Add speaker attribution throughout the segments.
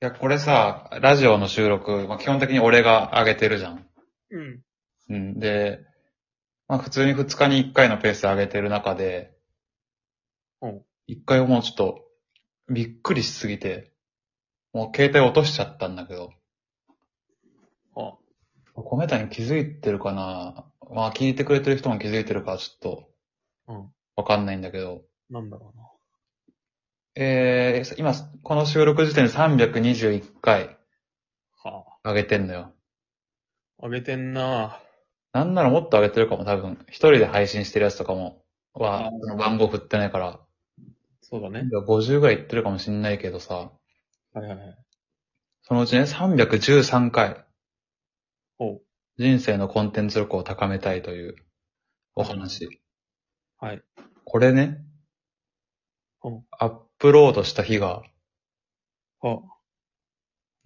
Speaker 1: いや、これさ、ラジオの収録、まあ、基本的に俺が上げてるじゃん。
Speaker 2: うん。
Speaker 1: うん。で、まあ、普通に2日に1回のペースで上げてる中で、
Speaker 2: うん。
Speaker 1: 1回もうちょっと、びっくりしすぎて、もう携帯落としちゃったんだけど、
Speaker 2: あ、
Speaker 1: 米谷気づいてるかなまあ、聞いてくれてる人も気づいてるからちょっと、
Speaker 2: うん。
Speaker 1: わかんないんだけど、
Speaker 2: なんだろうな。
Speaker 1: えー、今、この収録時点で321回
Speaker 2: は
Speaker 1: 上げてんのよ。
Speaker 2: あ、あげてんな
Speaker 1: なんならもっと上げてるかも、多分。一人で配信してるやつとかも、
Speaker 2: あ
Speaker 1: は、
Speaker 2: ー
Speaker 1: その番号振ってないから。
Speaker 2: そうだね。
Speaker 1: 50ぐらいいってるかもしんないけどさ、
Speaker 2: はいはいはい。
Speaker 1: そのうちね、313回、
Speaker 2: おう。
Speaker 1: 人生のコンテンツ力を高めたいというお話。
Speaker 2: はい。
Speaker 1: これね
Speaker 2: うん、
Speaker 1: アップロードした日が、
Speaker 2: は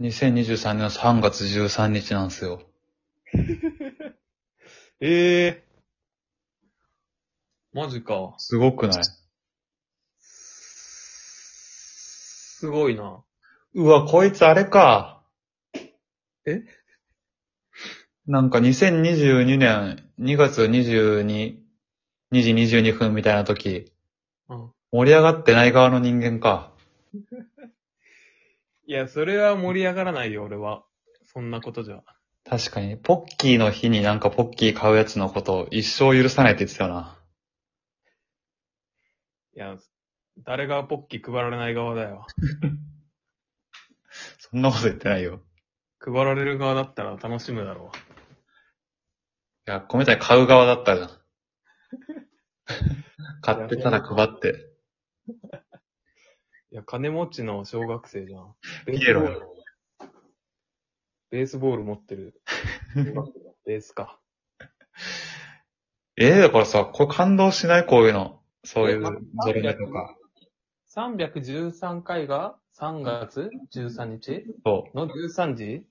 Speaker 1: 2023年の3月13日なんですよ。
Speaker 2: ええマジか。
Speaker 1: すごくない
Speaker 2: すごいな。
Speaker 1: うわ、こいつあれか。
Speaker 2: え
Speaker 1: なんか2022年2月22、2時22分みたいな時、
Speaker 2: うん。
Speaker 1: 盛り上がってない側の人間か。
Speaker 2: いや、それは盛り上がらないよ、俺は。そんなことじゃ。
Speaker 1: 確かに、ポッキーの日になんかポッキー買うやつのことを一生許さないって言ってたよな。
Speaker 2: いや、誰がポッキー配られない側だよ。
Speaker 1: そんなこと言ってないよ。
Speaker 2: 配られる側だったら楽しむだろ
Speaker 1: いや、米谷買う側だ ったじゃん。買ってたら配って。
Speaker 2: う。いや、金持ちの小学生じゃん。ベー
Speaker 1: ピ
Speaker 2: ス
Speaker 1: エ
Speaker 2: ボ
Speaker 1: ロ
Speaker 2: ー
Speaker 1: よ
Speaker 2: ル、ベースボール持っ てる。小学生だベースか。
Speaker 1: ええだからさ、これ感動しないこういうの。そういう
Speaker 2: いやま
Speaker 1: ゾロ目とか。
Speaker 2: 313回が3月13日
Speaker 1: そ
Speaker 2: の13時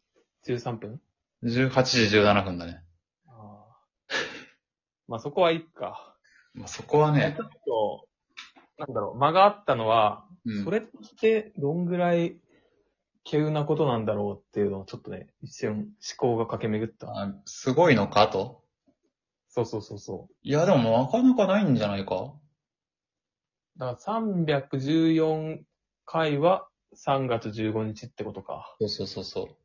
Speaker 2: ?13 分
Speaker 1: う。18時17分だね。
Speaker 2: あーまあそこはいいか。
Speaker 1: まあ、そこはね
Speaker 2: ち、ょっと、なんだろう、間があったのは、
Speaker 1: うん、
Speaker 2: それってどんぐらい稀有なことなんだろうっていうのをちょっとね、一瞬思考が駆け巡った。
Speaker 1: あすごいのかと
Speaker 2: そうそうそうそ
Speaker 1: いや、でもなかなかないんじゃないか
Speaker 2: う。だから314回は3月15日ってことか。
Speaker 1: そうそうそうそ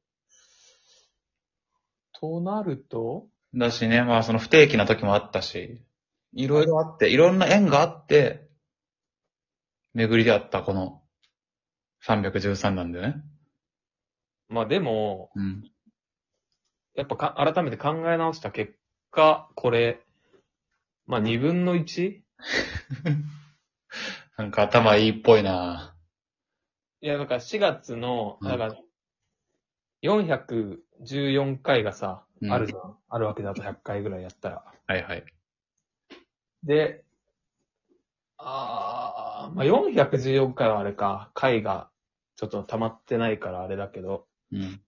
Speaker 2: となると、
Speaker 1: う。だしね、まあその不定期な時もあったし、いろいろあって、いろんな縁があって、巡りであったこの313なんだよね。
Speaker 2: まあでも、
Speaker 1: うん。
Speaker 2: やっぱか、改めて考え直した結果、これ、まあ、二分の一
Speaker 1: なんか頭いいっぽいない
Speaker 2: や、だから4月の、
Speaker 1: うん
Speaker 2: だから、414回がさ、
Speaker 1: うん
Speaker 2: あるじゃん。あるわけだと100回ぐらいやったら。
Speaker 1: はいはい。
Speaker 2: で、あー、まあ、414回はあれか、回がちょっと溜まってないからあれだけど、
Speaker 1: うん。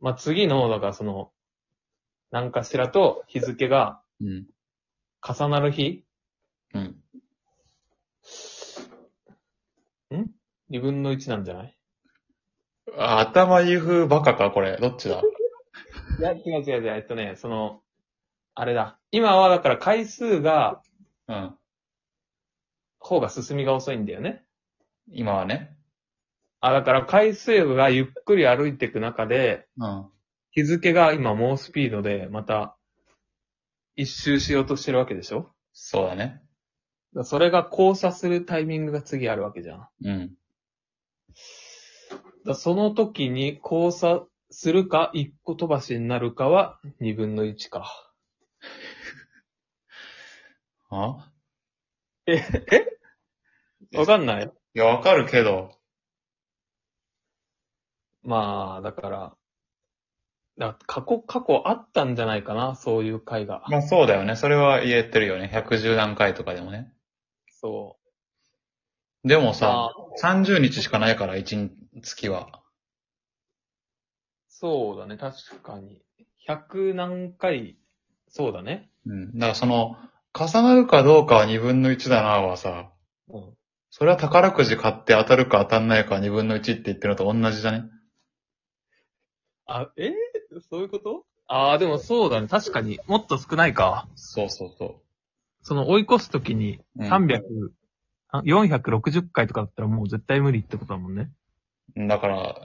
Speaker 2: まあ、次の、だからその、何かしらと日付が
Speaker 1: うん。
Speaker 2: 重なる日
Speaker 1: うん。
Speaker 2: 二分の一なんじゃない
Speaker 1: あ、頭いい風バカか、これ。どっちだ
Speaker 2: いや、違う違う違う、えっとね、その、あれだ。今はだから回数が、
Speaker 1: うん。
Speaker 2: 方が進みが遅いんだよね。
Speaker 1: 今はね。
Speaker 2: あ、だから回数がゆっくり歩いていく中で、
Speaker 1: うん。
Speaker 2: 日付が今猛スピードで、また、一周しようとしてるわけでしょだか
Speaker 1: そうだね。
Speaker 2: らそれが交差するタイミングが次あるわけじゃん。だか
Speaker 1: うん。
Speaker 2: らその時に交差するか、一個飛ばしになるかは、二分の一か。
Speaker 1: あ
Speaker 2: わかんない
Speaker 1: いや、わかるけど。
Speaker 2: まあ、だから、だ過去、過去あったんじゃないかな、そういう回が。
Speaker 1: まあそうだよね。それは言えてるよね。110何回とかでもね。
Speaker 2: そ
Speaker 1: でも
Speaker 2: う。ま
Speaker 1: さ、
Speaker 2: あ、
Speaker 1: 30日しかないから、1月は。
Speaker 2: そうだね、確かに。100何回、そうだね。
Speaker 1: うん。だからその、重なるかどうかは2分の1だなはさ、
Speaker 2: うん。
Speaker 1: それは宝くじ買って当たるか当たんないかは2分の1って言ってるのと同じじゃね
Speaker 2: あ、えーそういうことああ、でもそうだね。確かに。もっと少ないか。
Speaker 1: そうそうそ
Speaker 2: その追い越すときに
Speaker 1: う。うん
Speaker 2: 300、あ460回とかだったらもう絶対無理ってことだもんね。
Speaker 1: だから、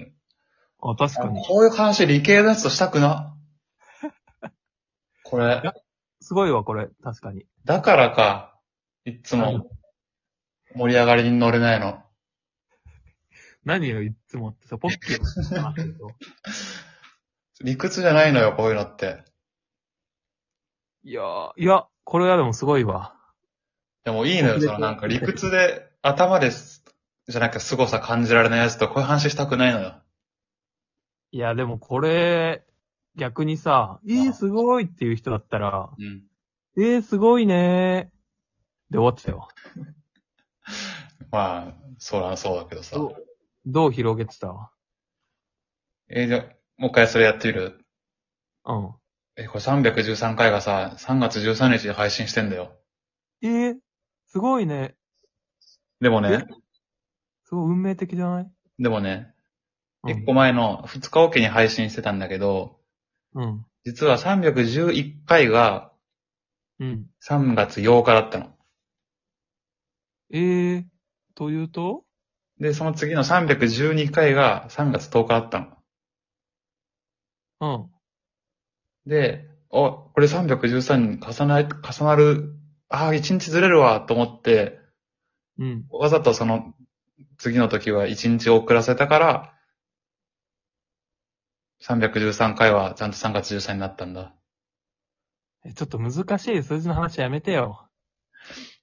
Speaker 2: あ、確かに。
Speaker 1: こういう話理系のやつとしたくな。これ、
Speaker 2: すごいわ、これ。確かに。
Speaker 1: だからか、いつ
Speaker 2: うん
Speaker 1: も盛り上がりに乗れないの。
Speaker 2: 何よ、いつもってさ、ポッキーの話と
Speaker 1: 理屈じゃないのよ、こういうのって。
Speaker 2: いやー、いや、これはでもすごいわ。
Speaker 1: でもいいのよ、そのなんか理屈で頭です、じゃなきゃ凄さ感じられないやつとこういう話したくないのよ。
Speaker 2: いや、でもこれ、逆にさ、えー、すごいっていう人だったら、
Speaker 1: うん。
Speaker 2: えー、すごいねー。で終わってたよ。
Speaker 1: まあ、そらそうだけどさ。
Speaker 2: どうどう広げてた
Speaker 1: えーじゃあ、もう一回それやってみる。
Speaker 2: うん。
Speaker 1: え、これ313回がさ、3月13日で配信してんだよ。
Speaker 2: えー、すごいね。
Speaker 1: でもね、
Speaker 2: すごい運命的じゃない
Speaker 1: でもね、
Speaker 2: うん
Speaker 1: 一個前の2日おきに配信してたんだけど、
Speaker 2: うん。
Speaker 1: 実は311回が
Speaker 2: うん。
Speaker 1: 3月8日だったの。
Speaker 2: えー、というと
Speaker 1: で、その次の312回が3月10日だったの。
Speaker 2: うん。
Speaker 1: で、あ、これ313に重なり、重なる、ああ、1日ずれるわ、と思って、
Speaker 2: うん。
Speaker 1: わざとその、次の時は1日遅らせたから、313回はちゃんと3月13になったんだ。
Speaker 2: えちょっと難しい数字の話やめてよ。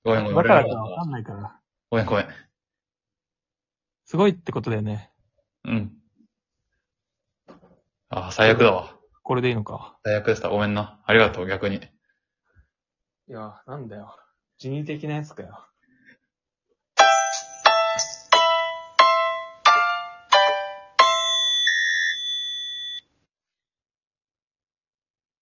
Speaker 1: ごめんごめん。
Speaker 2: だから
Speaker 1: 俺
Speaker 2: か
Speaker 1: の
Speaker 2: わかんないから。
Speaker 1: ごめんごめん。
Speaker 2: すごいってことだよね。
Speaker 1: うん。ああ、最悪だわ。
Speaker 2: これでいいのか。
Speaker 1: 最悪でした。ごめんな。ありがとう、逆に。
Speaker 2: いや、なんだよ。人為的なやつかよ。